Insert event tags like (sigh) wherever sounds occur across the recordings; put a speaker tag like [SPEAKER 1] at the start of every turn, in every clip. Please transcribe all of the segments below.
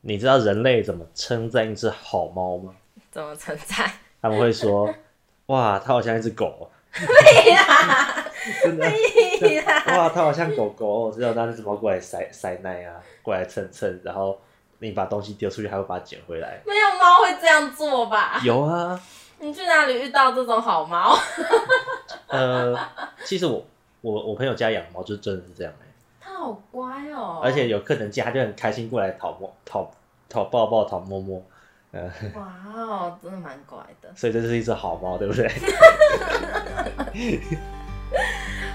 [SPEAKER 1] 你知道人类怎么称赞一只好猫 (laughs) 吗？
[SPEAKER 2] 怎么存在？ (laughs)
[SPEAKER 1] 他们会说：“哇，它好像一只狗。”
[SPEAKER 2] 对啦，
[SPEAKER 1] (laughs) 真的，
[SPEAKER 2] 对啦，
[SPEAKER 1] 哇，它好像狗狗，只有那只猫过来塞塞奶啊，过来蹭蹭，然后你把东西丢出去，它会把它捡回来。
[SPEAKER 2] 没有猫会这样做吧？
[SPEAKER 1] 有啊，
[SPEAKER 2] 你去哪里遇到这种好猫？
[SPEAKER 1] 呃，其实我我我朋友家养猫就真的是这样、欸、
[SPEAKER 2] 它好乖哦，
[SPEAKER 1] 而且有客人家它就很开心过来讨摸讨讨抱抱讨摸摸，
[SPEAKER 2] 哇哦，真的蛮乖的。
[SPEAKER 1] 所以这是一只好猫，对不对？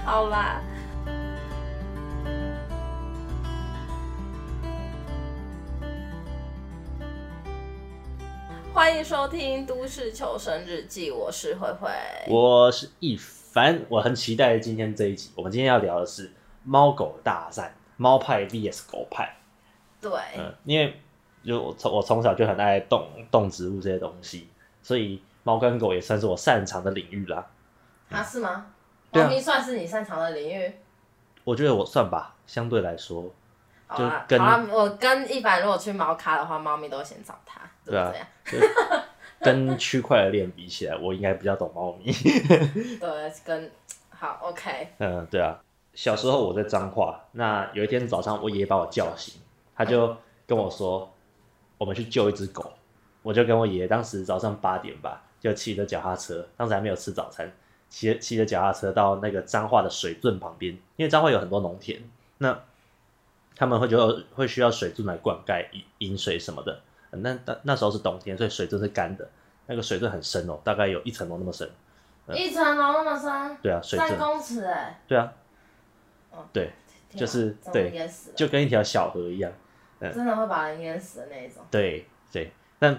[SPEAKER 2] 好啦，欢迎收听《都市求生日记》，我是慧慧。
[SPEAKER 1] 我是一凡，我很期待今天这一集。我们今天要聊的是猫狗大战，猫派 VS 狗派。
[SPEAKER 2] 对，
[SPEAKER 1] 嗯，因为就我从我从小就很爱动动植物这些东西，所以猫跟狗也算是我擅长的领域啦。
[SPEAKER 2] 啊，是吗？
[SPEAKER 1] 对啊
[SPEAKER 2] 猫咪算是你擅长的领域。
[SPEAKER 1] 我觉得我算吧，相对来说，
[SPEAKER 2] 好啦，好
[SPEAKER 1] 跟
[SPEAKER 2] 啦，我跟一凡如果去猫咖的话，猫咪都会先找他，对
[SPEAKER 1] 对啊
[SPEAKER 2] 不对？
[SPEAKER 1] 就跟区块链比起来，我应该比较懂猫咪。
[SPEAKER 2] 对，跟好 OK，
[SPEAKER 1] 嗯，对啊，小时候我在彰化，那有一天早上我爷爷把我叫醒，他就跟我说，我们去救一只狗。我就跟我爷爷当时早上八点吧，就骑着脚踏车，当时还没有吃早餐，骑着骑着脚踏车到那个彰化的水圳旁边，因为彰化有很多农田，那他们会就会需要水圳来灌溉饮饮水什么的。嗯那那那时候是冬天，所以水圳是干的，那个水圳很深哦，大概有一层楼那么深。嗯
[SPEAKER 2] 一层楼那么深，
[SPEAKER 1] 对啊，水
[SPEAKER 2] 三
[SPEAKER 1] 圳，
[SPEAKER 2] 公尺哎，
[SPEAKER 1] 对啊，
[SPEAKER 2] 哦
[SPEAKER 1] 对，
[SPEAKER 2] 天啊
[SPEAKER 1] 就是
[SPEAKER 2] 真的
[SPEAKER 1] 对
[SPEAKER 2] 会淹死了，
[SPEAKER 1] 就跟一条小河一样。
[SPEAKER 2] 真的会把人淹死的那一种。
[SPEAKER 1] 对对，但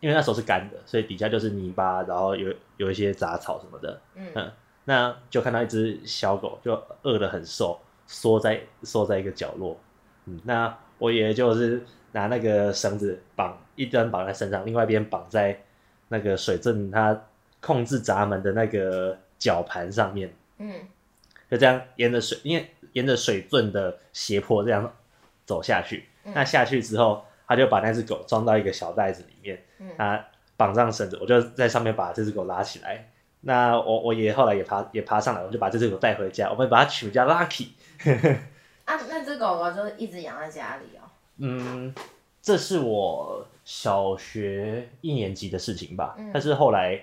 [SPEAKER 1] 因为那时候是干的，所以底下就是泥巴，然后有有一些杂草什么的。
[SPEAKER 2] 嗯，
[SPEAKER 1] 嗯那就看到一只小狗，就饿得很瘦，缩在缩在一个角落。嗯，那我爷爷就是拿那个绳子绑一端绑在身上，另外一边绑在那个水镇它控制闸门的那个绞盘上面。
[SPEAKER 2] 嗯，
[SPEAKER 1] 就这样沿着水，因为沿着水圳的斜坡这样走下去。
[SPEAKER 2] 嗯
[SPEAKER 1] 那下去之后，他就把那只狗装到一个小袋子里面，
[SPEAKER 2] 嗯
[SPEAKER 1] 他绑上绳子，我就在上面把这只狗拉起来。那我我爷后来也爬也爬上来，我就把这只狗带回家，我们把它取名叫 Lucky。
[SPEAKER 2] 啊，那只狗狗就是一直养在家里哦。
[SPEAKER 1] 嗯，这是我小学一年级的事情吧。
[SPEAKER 2] 嗯
[SPEAKER 1] 但是后来，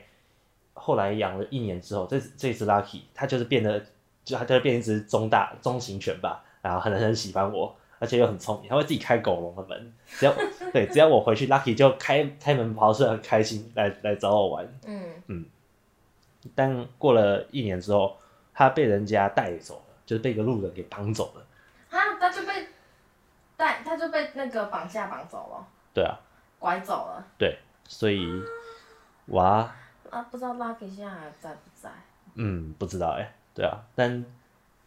[SPEAKER 1] 后来养了一年之后，这这只 Lucky 它就是变得，就它就变成一只中大中型犬吧，然后很很喜欢我，而且又很聪明，它会自己开狗笼的门。只要 (laughs) 对，只要我回去，Lucky 就开开门跑出来，很开心来来找我玩。
[SPEAKER 2] 嗯，
[SPEAKER 1] 但过了一年之后，它被人家带走了，就是被一个路人给绑走了。
[SPEAKER 2] 啊，它就被带，它就被那个绑架绑走了，
[SPEAKER 1] 对啊，
[SPEAKER 2] 拐走了。
[SPEAKER 1] 对，所以，哇。
[SPEAKER 2] 啊，不知道 Lucky 现在还在不在？
[SPEAKER 1] 嗯，不知道哎、对啊，但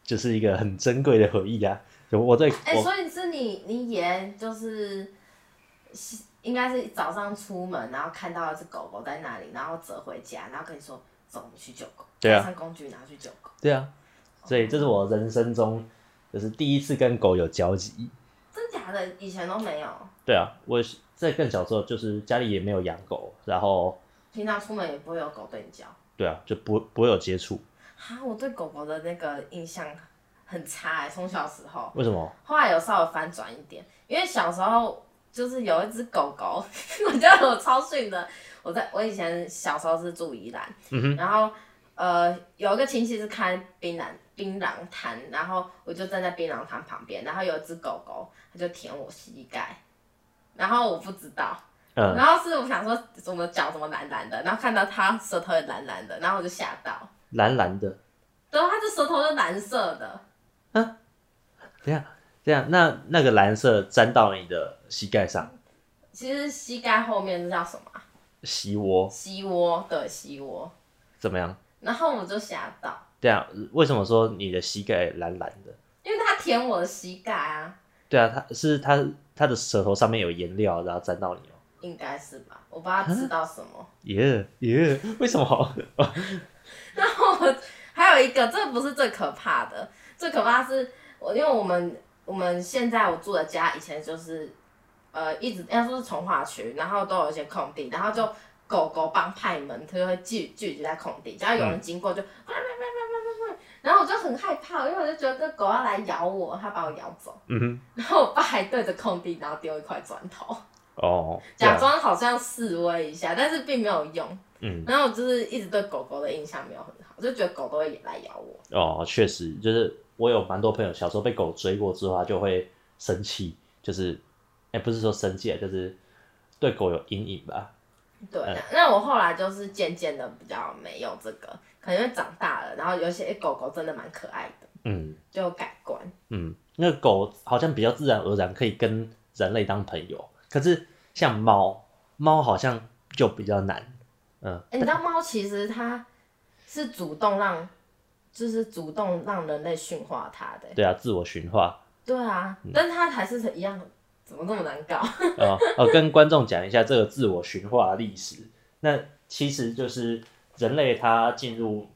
[SPEAKER 1] 就是一个很珍贵的回忆啊。就我对
[SPEAKER 2] 哎、
[SPEAKER 1] 我
[SPEAKER 2] 所以是你，你爷就是是应该是早上出门，然后看到一只狗狗在那里，然后折回家，然后跟你说走，你去救狗，
[SPEAKER 1] 对啊
[SPEAKER 2] 带上工具拿去救狗，
[SPEAKER 1] 对啊，所以这是我人生中就是第一次跟狗有交集。
[SPEAKER 2] 真假的以前都没有，
[SPEAKER 1] 对啊，我是在更小时候就是家里也没有养狗，然后
[SPEAKER 2] 平常出门也不会有狗对你叫。
[SPEAKER 1] 对啊就不不会有接触。
[SPEAKER 2] 啊，我对狗狗的那个印象很差、欸，从小时候，
[SPEAKER 1] 为什么？
[SPEAKER 2] 后来有稍微翻转一点，因为小时候就是有一只狗狗， (laughs) 我觉得我超逊的。我在我以前小时候是住宜兰，
[SPEAKER 1] 嗯
[SPEAKER 2] 然后呃有一个亲戚是开槟榔槟榔摊，然后我就站在槟榔摊旁边，然后有一只狗狗，它就舔我膝盖，然后我不知道，
[SPEAKER 1] 嗯，
[SPEAKER 2] 然后是我想说怎么脚怎么蓝蓝的，然后看到它舌头也蓝蓝的，然后我就吓到，
[SPEAKER 1] 蓝蓝的。
[SPEAKER 2] 对，它的舌头是蓝色的，
[SPEAKER 1] 这样这样，啊那那个蓝色沾到你的膝盖上，
[SPEAKER 2] 其实膝盖后面是叫什么啊？
[SPEAKER 1] 膝窝
[SPEAKER 2] 膝窝，对，膝窝。
[SPEAKER 1] 怎么样？
[SPEAKER 2] 然后我就吓到，
[SPEAKER 1] 对啊，为什么说你的膝盖蓝蓝的？
[SPEAKER 2] 因为它舔我的膝盖啊，
[SPEAKER 1] 对啊，它是它它的舌头上面有颜料，然后沾到你哦。
[SPEAKER 2] 应该是吧？我不知道它吃到什么。
[SPEAKER 1] 耶耶，为什么？
[SPEAKER 2] (laughs) 然后我还有一个，这不是最可怕的，最可怕是我因为我们我们现在我住的家以前就是呃一直要说是从化区，然后都有一些空地，然后就狗狗帮派们，它就会聚聚集在空地，只要有人经过就，然后我就很害怕，因为我就觉得这狗要来咬我，它把我咬走，
[SPEAKER 1] 嗯哼，
[SPEAKER 2] 然后我爸还对着空地，然后丢一块砖头，
[SPEAKER 1] 哦，这
[SPEAKER 2] 假
[SPEAKER 1] 样，
[SPEAKER 2] 装好像示威一下，但是并没有用。
[SPEAKER 1] 嗯，
[SPEAKER 2] 然后我就是一直对狗狗的印象没有很好，就觉得狗都会来咬我。
[SPEAKER 1] 哦，确实，就是我有蛮多朋友小时候被狗追过之后，他就会生气，就是，哎、不是说生气，啊，就是对狗有阴影吧？
[SPEAKER 2] 对，
[SPEAKER 1] 嗯
[SPEAKER 2] 那那我后来就是渐渐的比较没有这个，可能因为长大了，然后有些、诶狗狗真的蛮可爱的，
[SPEAKER 1] 嗯
[SPEAKER 2] 就改观。
[SPEAKER 1] 嗯，那个狗好像比较自然而然可以跟人类当朋友，可是像猫，猫好像就比较难。嗯，
[SPEAKER 2] 诶你知道猫其实它是主动让，就是主动让人类驯化它的、
[SPEAKER 1] 对啊，嗯自我驯化。
[SPEAKER 2] 对啊，但是它还是一样，怎么那么难搞？
[SPEAKER 1] (laughs) 哦，哦，跟观众讲一下这个自我驯化的历史。那其实就是人类他进入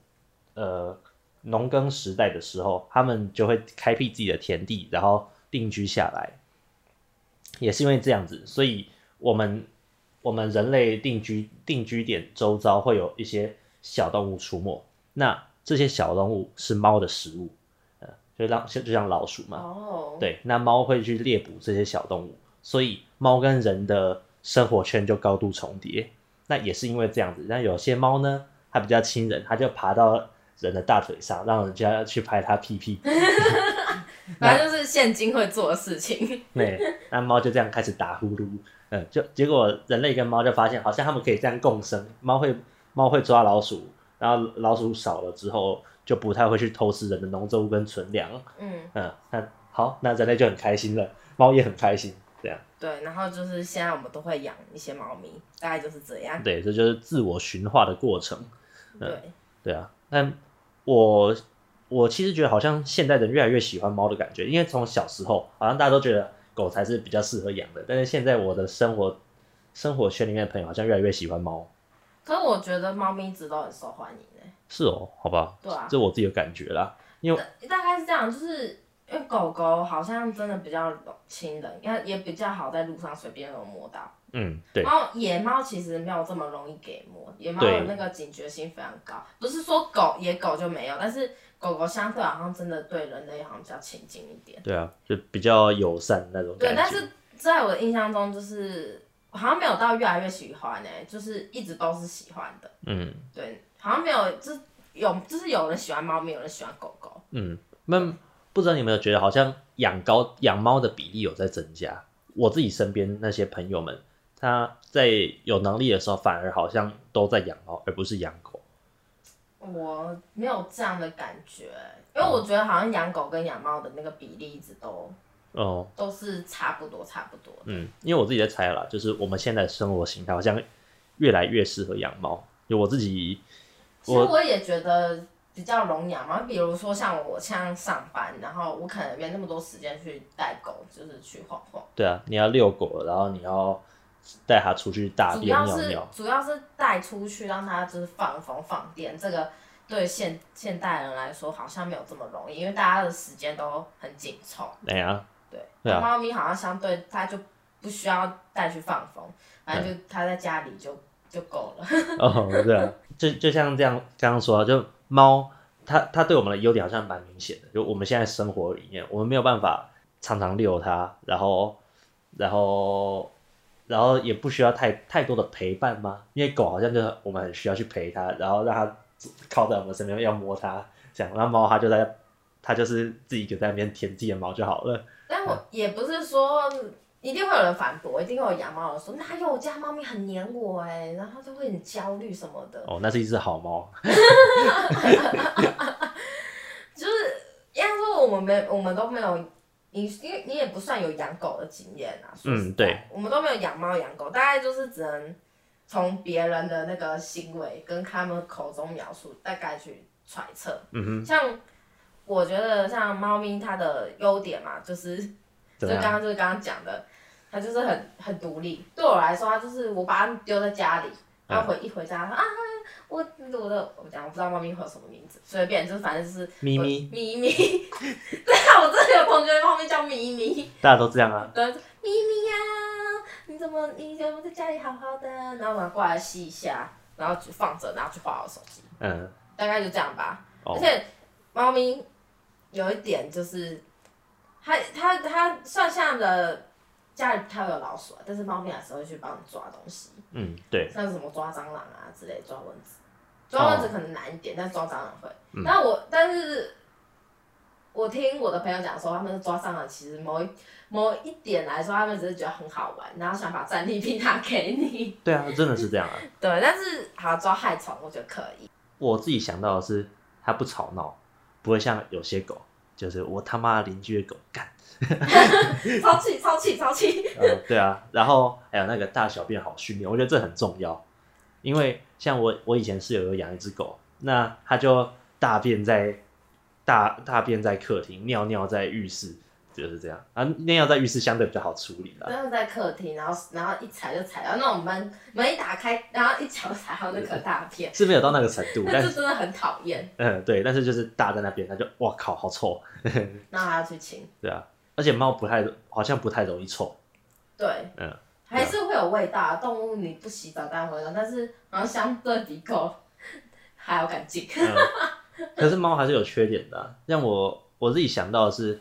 [SPEAKER 1] 呃农耕时代的时候，他们就会开辟自己的田地，然后定居下来。也是因为这样子，所以我们我们人类定居定居点周遭会有一些小动物出没。那这些小动物是猫的食物，呃，就让就像老鼠嘛，
[SPEAKER 2] 哦，
[SPEAKER 1] 嗯对，那猫会去猎捕这些小动物，所以猫跟人的生活圈就高度重叠。那也是因为这样子，但有些猫呢，它比较亲人，它就爬到人的大腿上，让人家去拍它屁屁。
[SPEAKER 2] 反正就是现今会做的事情。 (laughs)
[SPEAKER 1] 对，那猫就这样开始打呼噜，嗯，就结果人类跟猫就发现，好像它们可以这样共生。猫会猫会抓老鼠，然后老鼠少了之后，就不太会去偷吃人的农作物跟存粮。
[SPEAKER 2] 嗯，
[SPEAKER 1] 嗯，那好，那人类就很开心了，猫也很开心，这样。
[SPEAKER 2] 对，然后就是现在我们都会养一些猫咪，大概就是这样。
[SPEAKER 1] 对，这就是自我驯化的过程。
[SPEAKER 2] 对，
[SPEAKER 1] 对啊，但我我其实觉得好像现代人越来越喜欢猫的感觉，因为从小时候好像大家都觉得狗才是比较适合养的，但是现在我的生活生活圈里面的朋友好像越来越喜欢猫。
[SPEAKER 2] 可是我觉得猫咪一直都很受欢迎诶、
[SPEAKER 1] 是哦，好吧，
[SPEAKER 2] 对啊
[SPEAKER 1] 这我自己的感觉啦。因为
[SPEAKER 2] 大概是这样，就是因为狗狗好像真的比较亲人，也也比较好在路上随便能摸到。
[SPEAKER 1] 嗯，对
[SPEAKER 2] 然，后野猫其实没有这么容易给摸，野猫
[SPEAKER 1] 对
[SPEAKER 2] 的那个警觉性非常高，不是说狗野狗就没有，但是狗狗相对好像真的对人类好像比较亲近一点。
[SPEAKER 1] 对啊，就比较友善那种
[SPEAKER 2] 对
[SPEAKER 1] 感，觉。
[SPEAKER 2] 但是在我的印象中，就是好像没有到越来越喜欢诶、欸就是一直都是喜欢的。
[SPEAKER 1] 嗯
[SPEAKER 2] 对，好像没有，就是有，就是有人喜欢猫咪，有人喜欢狗狗。
[SPEAKER 1] 嗯，那不知道你有没有觉得好像养高养猫的比例有在增加？我自己身边那些朋友们，他在有能力的时候，反而好像都在养猫，而不是养狗。
[SPEAKER 2] 我没有这样的感觉，因为我觉得好像养狗跟养猫的那个比例一直都
[SPEAKER 1] 哦，
[SPEAKER 2] 都是差不多，差不多。
[SPEAKER 1] 嗯，因为我自己在猜啦，就是我们现在的生活形态好像越来越适合养猫。就我自己，
[SPEAKER 2] 其实
[SPEAKER 1] 我
[SPEAKER 2] 我也觉得比较容易养猫，比如说像我像上班，然后我可能没那么多时间去带狗，就是去晃晃。
[SPEAKER 1] 对啊，你要遛狗了，然后你要带它出去大
[SPEAKER 2] 主
[SPEAKER 1] 便、
[SPEAKER 2] 要
[SPEAKER 1] 尿
[SPEAKER 2] 是
[SPEAKER 1] 尿，
[SPEAKER 2] 主要是带出去让它就是放风放电，这个对现现代人来说好像没有这么容易，因为大家的时间都很紧凑。
[SPEAKER 1] 哎呀，
[SPEAKER 2] 对，
[SPEAKER 1] 对啊
[SPEAKER 2] 那猫咪好像相对它就不需要带去放风，反正就它在家里就就够
[SPEAKER 1] (laughs)
[SPEAKER 2] 了。
[SPEAKER 1] 哦，对啊，就就像这样刚刚说啊，就猫，它它对我们的优点好像蛮明显的，就我们现在生活里面，我们没有办法常常遛它，然后然后然后也不需要太太多的陪伴嘛，因为狗好像就是我们很需要去陪它，然后让它靠在我们身边，要摸它，这样，那猫它就在它就是自己一个在那边舔自己的毛就好了，
[SPEAKER 2] 但我也不是说一定会有人反驳，一定会有养猫的说哪有我家猫咪很黏我哎、然后它就会很焦虑什么的，
[SPEAKER 1] 哦，那是一只好猫，
[SPEAKER 2] 就是应该说我们没我们都没有。你因为你也不算有养狗的经验啊，说实
[SPEAKER 1] 嗯
[SPEAKER 2] 在
[SPEAKER 1] 对，
[SPEAKER 2] 我们都没有养猫养狗，大概就是只能从别人的那个行为跟他们口中描述，大概去揣测。
[SPEAKER 1] 嗯哼，
[SPEAKER 2] 像我觉得像猫咪它的优点嘛，就是就
[SPEAKER 1] 怎么
[SPEAKER 2] 刚
[SPEAKER 1] 样？
[SPEAKER 2] 刚就是刚刚讲的，它就是很很独立。对我来说，它就是我把它丢在家里，然后回
[SPEAKER 1] 嗯
[SPEAKER 2] 一回家它说啊，我我的我讲我不知道猫咪会有什么名字，随便就是反正就是
[SPEAKER 1] 咪
[SPEAKER 2] 我
[SPEAKER 1] 咪
[SPEAKER 2] 咪咪。 (laughs) 对啊，我真的有同学猫咪叫咪咪，
[SPEAKER 1] 大家都这样啊，
[SPEAKER 2] 对，咪咪呀、么你有没有在家里好好的？然后我拿过来吸一下，然后就放着，然后去划我手机，
[SPEAKER 1] 嗯，
[SPEAKER 2] 大概就这样吧。而
[SPEAKER 1] 哦，
[SPEAKER 2] 且猫咪有一点就是，它它它算像的家里它有老鼠、啊，但是猫咪还是会去帮你抓东西，
[SPEAKER 1] 嗯，对，
[SPEAKER 2] 像什么抓蟑螂啊之类，抓蚊子。抓蚊子可能难一点，但是抓蟑螂会。但我但是。我听我的朋友讲说，他们抓蟑螂其实某一某一点来说，他们只是觉得很好玩，然后想把战利品拿给你。
[SPEAKER 1] 对啊，真的是这样啊。
[SPEAKER 2] 对，但是好抓害虫，我觉得可以。
[SPEAKER 1] 我自己想到的是，它不吵闹，不会像有些狗，就是我他妈邻居的狗干。
[SPEAKER 2] 超气超气超气！
[SPEAKER 1] 呃，对啊，然后还有那个大小便好训练，我觉得这很重要，因为像我我以前室友有养一只狗，那它就大便在大大便在客厅，尿尿在浴室，就是这样啊，尿尿在浴室相对比较好处理啦。
[SPEAKER 2] 真的在客厅，然后然后一踩就踩到那种门门一打开，然后一脚踩到那颗大
[SPEAKER 1] (laughs)
[SPEAKER 2] 片，
[SPEAKER 1] 是没有到那个程
[SPEAKER 2] (laughs)
[SPEAKER 1] 度，
[SPEAKER 2] 那
[SPEAKER 1] 嗯但
[SPEAKER 2] 就是真的很讨厌。
[SPEAKER 1] 嗯对，但是就是大在那边，它就哇靠好臭，
[SPEAKER 2] 然后还要去清，
[SPEAKER 1] 对啊，而且猫不太好像不太容易臭，
[SPEAKER 2] 对，
[SPEAKER 1] 嗯，
[SPEAKER 2] 还是会有味道啊。动物你不洗澡当然会有味道，但是好像相对比狗 (laughs) 还要干净。 (laughs)
[SPEAKER 1] 嗯可是猫还是有缺点的啊、让我我自己想到的是，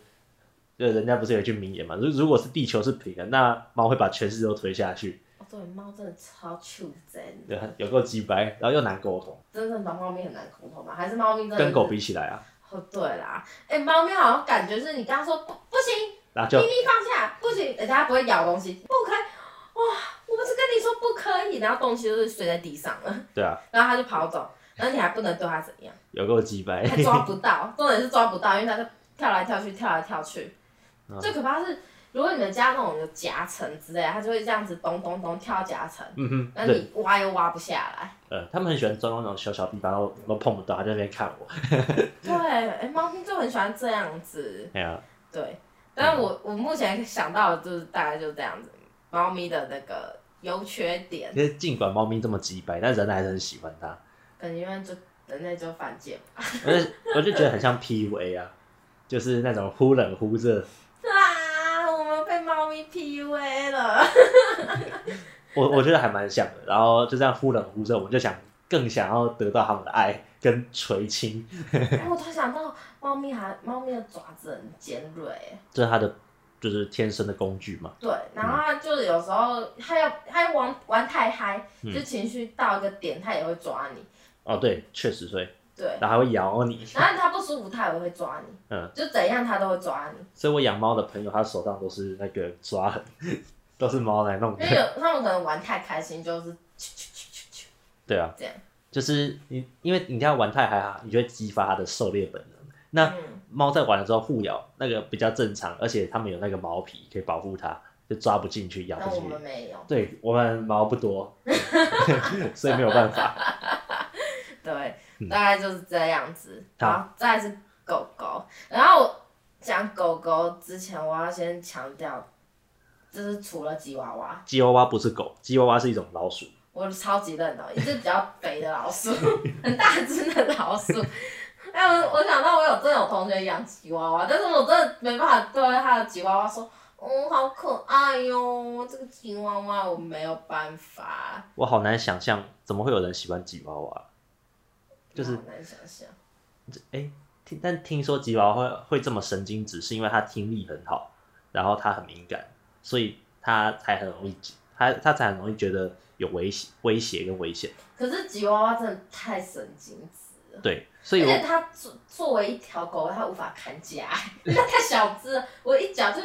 [SPEAKER 1] 就人家不是有一句名言嘛，如如果是地球是平的，那猫会把全世界都推下去，
[SPEAKER 2] 哦，对，猫真的超 c 真
[SPEAKER 1] 对，有够鸡掰，然后又难沟通，
[SPEAKER 2] 真的把猫咪很难沟通吗？还是猫咪真的
[SPEAKER 1] 跟狗
[SPEAKER 2] 是？
[SPEAKER 1] 比起来啊，
[SPEAKER 2] 哦，对啦，哎、猫咪好像感觉是你刚刚说不不行，
[SPEAKER 1] 然后
[SPEAKER 2] 咪
[SPEAKER 1] 就
[SPEAKER 2] 咪放下，不行，人家不会咬东西，不可以。哇，我不是跟你说不可以，然后东西就是睡在地上了， (laughs)
[SPEAKER 1] 对啊，
[SPEAKER 2] 然后它就跑走，然后你还不能对它怎样，
[SPEAKER 1] 有够鸡掰，
[SPEAKER 2] 还抓不到，重点是抓不到，因为它就跳来跳去，跳来跳去。
[SPEAKER 1] 嗯
[SPEAKER 2] 最可怕是，如果你们家那种有夹层之类的，它就会这样子咚咚咚跳夹层，
[SPEAKER 1] 嗯
[SPEAKER 2] 那
[SPEAKER 1] 哼，对，
[SPEAKER 2] 你挖又挖不下
[SPEAKER 1] (laughs)
[SPEAKER 2] 来。
[SPEAKER 1] 呃，他们很喜欢钻到那种小小地方，然后都碰不到，它在那边看我，
[SPEAKER 2] 对，哎、猫咪就很喜欢这样子。
[SPEAKER 1] 哎呀、
[SPEAKER 2] 对，但我我目前想到的就是大概就是这样子，猫咪的那个优缺点。
[SPEAKER 1] 其实尽管猫咪这么鸡掰，但人还是很喜欢它，
[SPEAKER 2] 可能因为就人类就犯贱吧。
[SPEAKER 1] 我就我就觉得很像 PUA 啊，就是那种忽冷忽热。
[SPEAKER 2] 啊，我们被猫咪 PUA 了。
[SPEAKER 1] 我我觉得还蛮像的，然后就这样忽冷忽热，我就想更想要得到他们的爱跟垂青，
[SPEAKER 2] (laughs) 然后我突然想到，猫咪还猫咪的爪子很尖锐，
[SPEAKER 1] 这是他的就是天生的工具嘛。
[SPEAKER 2] 对，然后它就是有时候它要它要玩玩太嗨，就情绪到一个点，它也会抓你，
[SPEAKER 1] 哦，对，确实所以，
[SPEAKER 2] 对。
[SPEAKER 1] 然后还会咬你。
[SPEAKER 2] (laughs) 然后它不舒服，它也会抓你，
[SPEAKER 1] 嗯，
[SPEAKER 2] 就怎样它都会抓你，
[SPEAKER 1] 所以我养猫的朋友，他手上都是那个抓痕， (laughs) 都是猫来弄
[SPEAKER 2] 因为
[SPEAKER 1] 的。
[SPEAKER 2] 有他们可能玩太开心，就是 (laughs) 去去去去去
[SPEAKER 1] 对啊，
[SPEAKER 2] 这样，
[SPEAKER 1] 就是你，因为你这样玩太嗨啊哈，你就会激发它的狩猎本能。那
[SPEAKER 2] 嗯，
[SPEAKER 1] 猫在玩的时候互咬，那个比较正常，而且它们有那个毛皮可以保护它，就抓不进去，咬
[SPEAKER 2] 但
[SPEAKER 1] 不
[SPEAKER 2] 我
[SPEAKER 1] 进去
[SPEAKER 2] 们。没有，
[SPEAKER 1] 对我们毛不多， (laughs) 所以没有办法。
[SPEAKER 2] 对，
[SPEAKER 1] 嗯
[SPEAKER 2] 大概就是这样子。
[SPEAKER 1] 好
[SPEAKER 2] 好，再来是狗狗，然后我讲狗狗之前，我要先强调，就是除了吉娃娃，
[SPEAKER 1] 吉娃娃不是狗，吉娃娃是一种老鼠。
[SPEAKER 2] 我超级认同，一只比较肥的老
[SPEAKER 1] (laughs)
[SPEAKER 2] 鼠，很大只的老鼠。哎，我我想到我有真的有同学养吉娃娃，但是我真的没办法对他的吉娃娃说，哦，好可爱哟，这个吉娃娃我没有办法，
[SPEAKER 1] 我好难想象怎么会有人喜欢吉娃娃。就是
[SPEAKER 2] 好难想象。
[SPEAKER 1] 哎、听但听说吉娃娃会会这么神经质，是因为它听力很好，然后它很敏感，所以它才很容易，它它才很容易觉得有威胁、威胁跟危险。
[SPEAKER 2] 可是吉娃娃真的太神经质了。
[SPEAKER 1] 对，所以
[SPEAKER 2] 而且
[SPEAKER 1] 我
[SPEAKER 2] 它作作为一条狗，它无法看家， (laughs) 因为它太小只了，我一脚就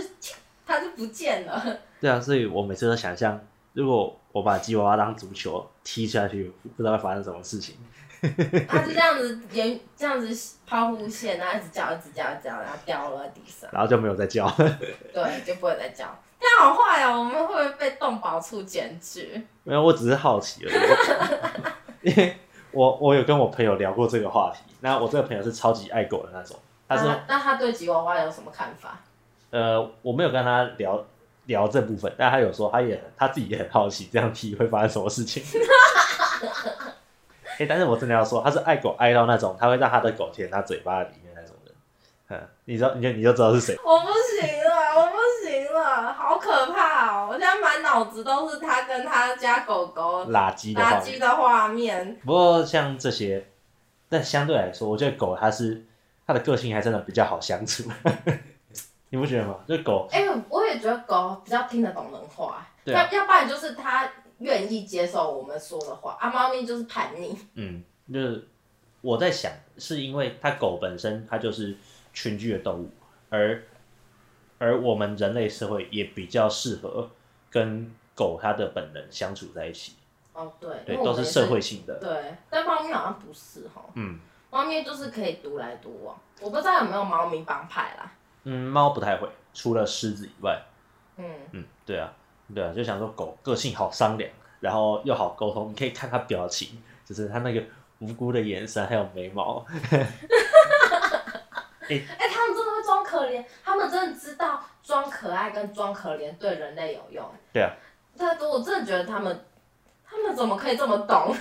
[SPEAKER 2] 它就不见了。
[SPEAKER 1] 对啊，所以我每次都想象，如果我把吉娃娃当足球踢下去，不知道会发生什么事情。
[SPEAKER 2] 它就这样子沿这样子抛物线，然后一直叫，一直叫，一直叫，然后掉落在地上，
[SPEAKER 1] 然后就没有再叫。
[SPEAKER 2] 对，就不会再叫。这样好坏哦，我们会不会被动保处检举？
[SPEAKER 1] 没有，我只是好奇而已。因为我我有跟我朋友聊过这个话题，那我这个朋友是超级爱狗的那种，他说、
[SPEAKER 2] 那那他对吉娃娃有什么看法？
[SPEAKER 1] 呃我没有跟他聊聊这部分，但他有说他也他自己也很好奇这样 (laughs) 踢会发生什么事情。哎、但是我真的要说，他是爱狗爱到那种，他会让他的狗舔他嘴巴里面那种人。嗯，你知道你就你就知道是谁。
[SPEAKER 2] 我不行了，我不行了，好可怕哦！我现在满脑脑子都是他跟他家狗狗
[SPEAKER 1] 垃圾的
[SPEAKER 2] 垃
[SPEAKER 1] 话。
[SPEAKER 2] 圾的画面。
[SPEAKER 1] 不过像这些，但相对来说，我觉得狗它是它的个性还真的比较好相处， (laughs) 你不觉得吗？就狗
[SPEAKER 2] 哎、我也觉得狗比较听得懂人话，
[SPEAKER 1] 对啊
[SPEAKER 2] 要要不然就是它愿意接受我们说的话，啊，猫咪就是叛逆。
[SPEAKER 1] 嗯，就是我在想，是因为它狗本身它就是群居的动物，而而我们人类社会也比较适合跟狗它的本能相处在一起，
[SPEAKER 2] 哦，对，
[SPEAKER 1] 对，
[SPEAKER 2] 因为
[SPEAKER 1] 都
[SPEAKER 2] 我们
[SPEAKER 1] 是
[SPEAKER 2] 也
[SPEAKER 1] 社会性的，
[SPEAKER 2] 对，但猫咪好像不是哈，
[SPEAKER 1] 嗯
[SPEAKER 2] 猫咪就是可以独来独往，我不知道有没有猫咪帮派啦。
[SPEAKER 1] 嗯，猫不太会，除了狮子以外，
[SPEAKER 2] 嗯，
[SPEAKER 1] 嗯，对啊，对啊，就想说狗个性好商量，然后又好沟通，你可以看它表情，就是它那个无辜的眼神还有眉毛，
[SPEAKER 2] 哎、他们真的会装可怜，他们真的知道装可爱跟装可怜对人类有用。
[SPEAKER 1] 对啊，
[SPEAKER 2] 但我真的觉得他们，他们怎么可以这么懂？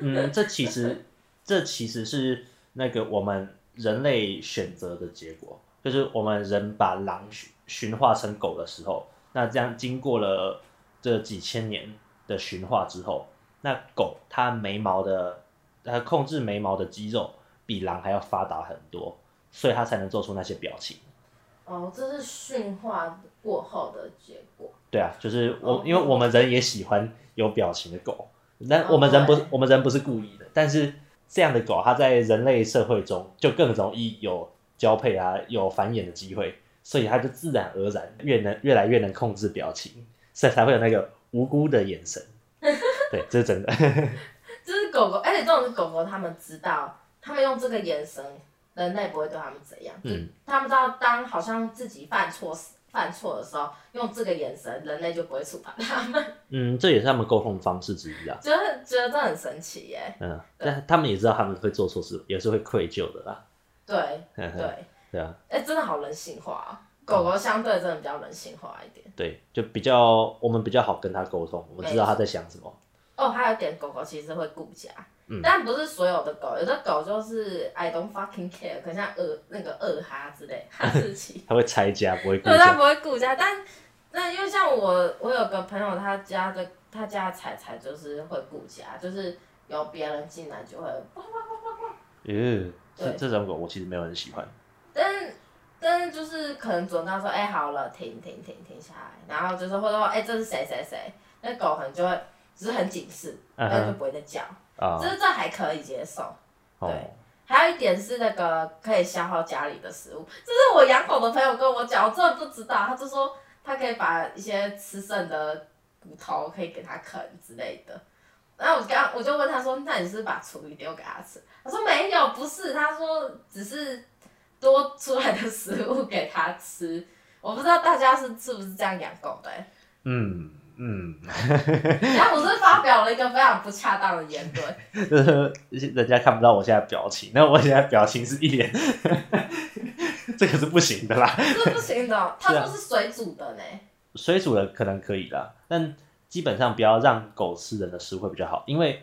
[SPEAKER 1] 嗯，这其实这其实是那个我们人类选择的结果，就是我们人把狼驯驯化成狗的时候，那这样经过了这几千年的驯化之后，那狗它眉毛的它控制眉毛的肌肉比狼还要发达很多，所以它才能做出那些表情。
[SPEAKER 2] 哦，这是驯化过后的结果。
[SPEAKER 1] 对啊，就是我
[SPEAKER 2] 哦，
[SPEAKER 1] 因为我们人也喜欢有表情的狗，那
[SPEAKER 2] 哦
[SPEAKER 1] 我们人不是
[SPEAKER 2] 对
[SPEAKER 1] 我们人不是故意的，但是这样的狗，它在人类社会中就更容易有交配啊，有繁衍的机会，所以它就自然而然越能越来越能控制表情，所以才会有那个无辜的眼
[SPEAKER 2] (laughs)
[SPEAKER 1] 神。对，这是真的。 (laughs)
[SPEAKER 2] 这是狗狗，而且这种是狗狗，他们知道，他们用这个眼神，人类不会对他们怎样。
[SPEAKER 1] 嗯，
[SPEAKER 2] 他们知道，当好像自己犯错时犯错的时候，用这个眼神，人类就不会处罚他 (laughs) 们。
[SPEAKER 1] 嗯，这也是他们沟通方式之一啊。
[SPEAKER 2] 觉得觉得这很神奇耶。
[SPEAKER 1] 嗯，但他们也知道他们会做错事，也是会愧疚的啦。 (laughs)
[SPEAKER 2] 对
[SPEAKER 1] 嗯
[SPEAKER 2] 对，
[SPEAKER 1] 哼，
[SPEAKER 2] 哎、
[SPEAKER 1] 对啊。
[SPEAKER 2] 真的好人性化、哦。狗狗相对真的比较人性化一点。
[SPEAKER 1] 对，就比较我们比较好跟他沟通，我们知道
[SPEAKER 2] 没
[SPEAKER 1] 他
[SPEAKER 2] 错
[SPEAKER 1] 在想什么。
[SPEAKER 2] 哦，还有一点，狗狗其实会顾家。
[SPEAKER 1] 嗯
[SPEAKER 2] 但不是所有的狗，有的狗就是 I don't fucking care，可能像二那个二哈之类，
[SPEAKER 1] (laughs)
[SPEAKER 2] 哈士奇，
[SPEAKER 1] 他会拆家，不会顾
[SPEAKER 2] 对，他
[SPEAKER 1] 家。
[SPEAKER 2] 不会顾家，但那因为像我，我有个朋友，他家的他家的彩彩就是会顾家，就是有别人进来就会，
[SPEAKER 1] 嗯，这
[SPEAKER 2] 对
[SPEAKER 1] 这种狗我其实没有很喜欢。
[SPEAKER 2] 但是但是就是可能准告说，哎、好了，停停停停下来，然后就是或者说，哎、这是谁谁谁，那狗可能就会只是很警示，
[SPEAKER 1] 嗯
[SPEAKER 2] 但就
[SPEAKER 1] 哼
[SPEAKER 2] 不会再叫，
[SPEAKER 1] 啊
[SPEAKER 2] 就，是这还可以接受。
[SPEAKER 1] 哦，
[SPEAKER 2] 还有一点是那个可以消耗家里的食物，这是我养狗的朋友跟我讲，我真的不知道，他就说他可以把一些吃剩的骨头可以给它啃之类的。然后我刚我就问他说，那你是不是把厨余丢给他吃？他说没有，不是，他说只是多出来的食物给他吃。我不知道大家是是不是这样养狗的欸、
[SPEAKER 1] 嗯嗯，
[SPEAKER 2] 然后我是发表了一个非常不恰当的言论，
[SPEAKER 1] 就是 (laughs) 人家看不到我现在表情，那我现在表情是一脸， (laughs) 这个是不行的啦。
[SPEAKER 2] 这不行的。哦他
[SPEAKER 1] 是啊
[SPEAKER 2] 说是水煮的呢、
[SPEAKER 1] 水煮的可能可以啦，但基本上不要让狗吃人的食物会比较好，因为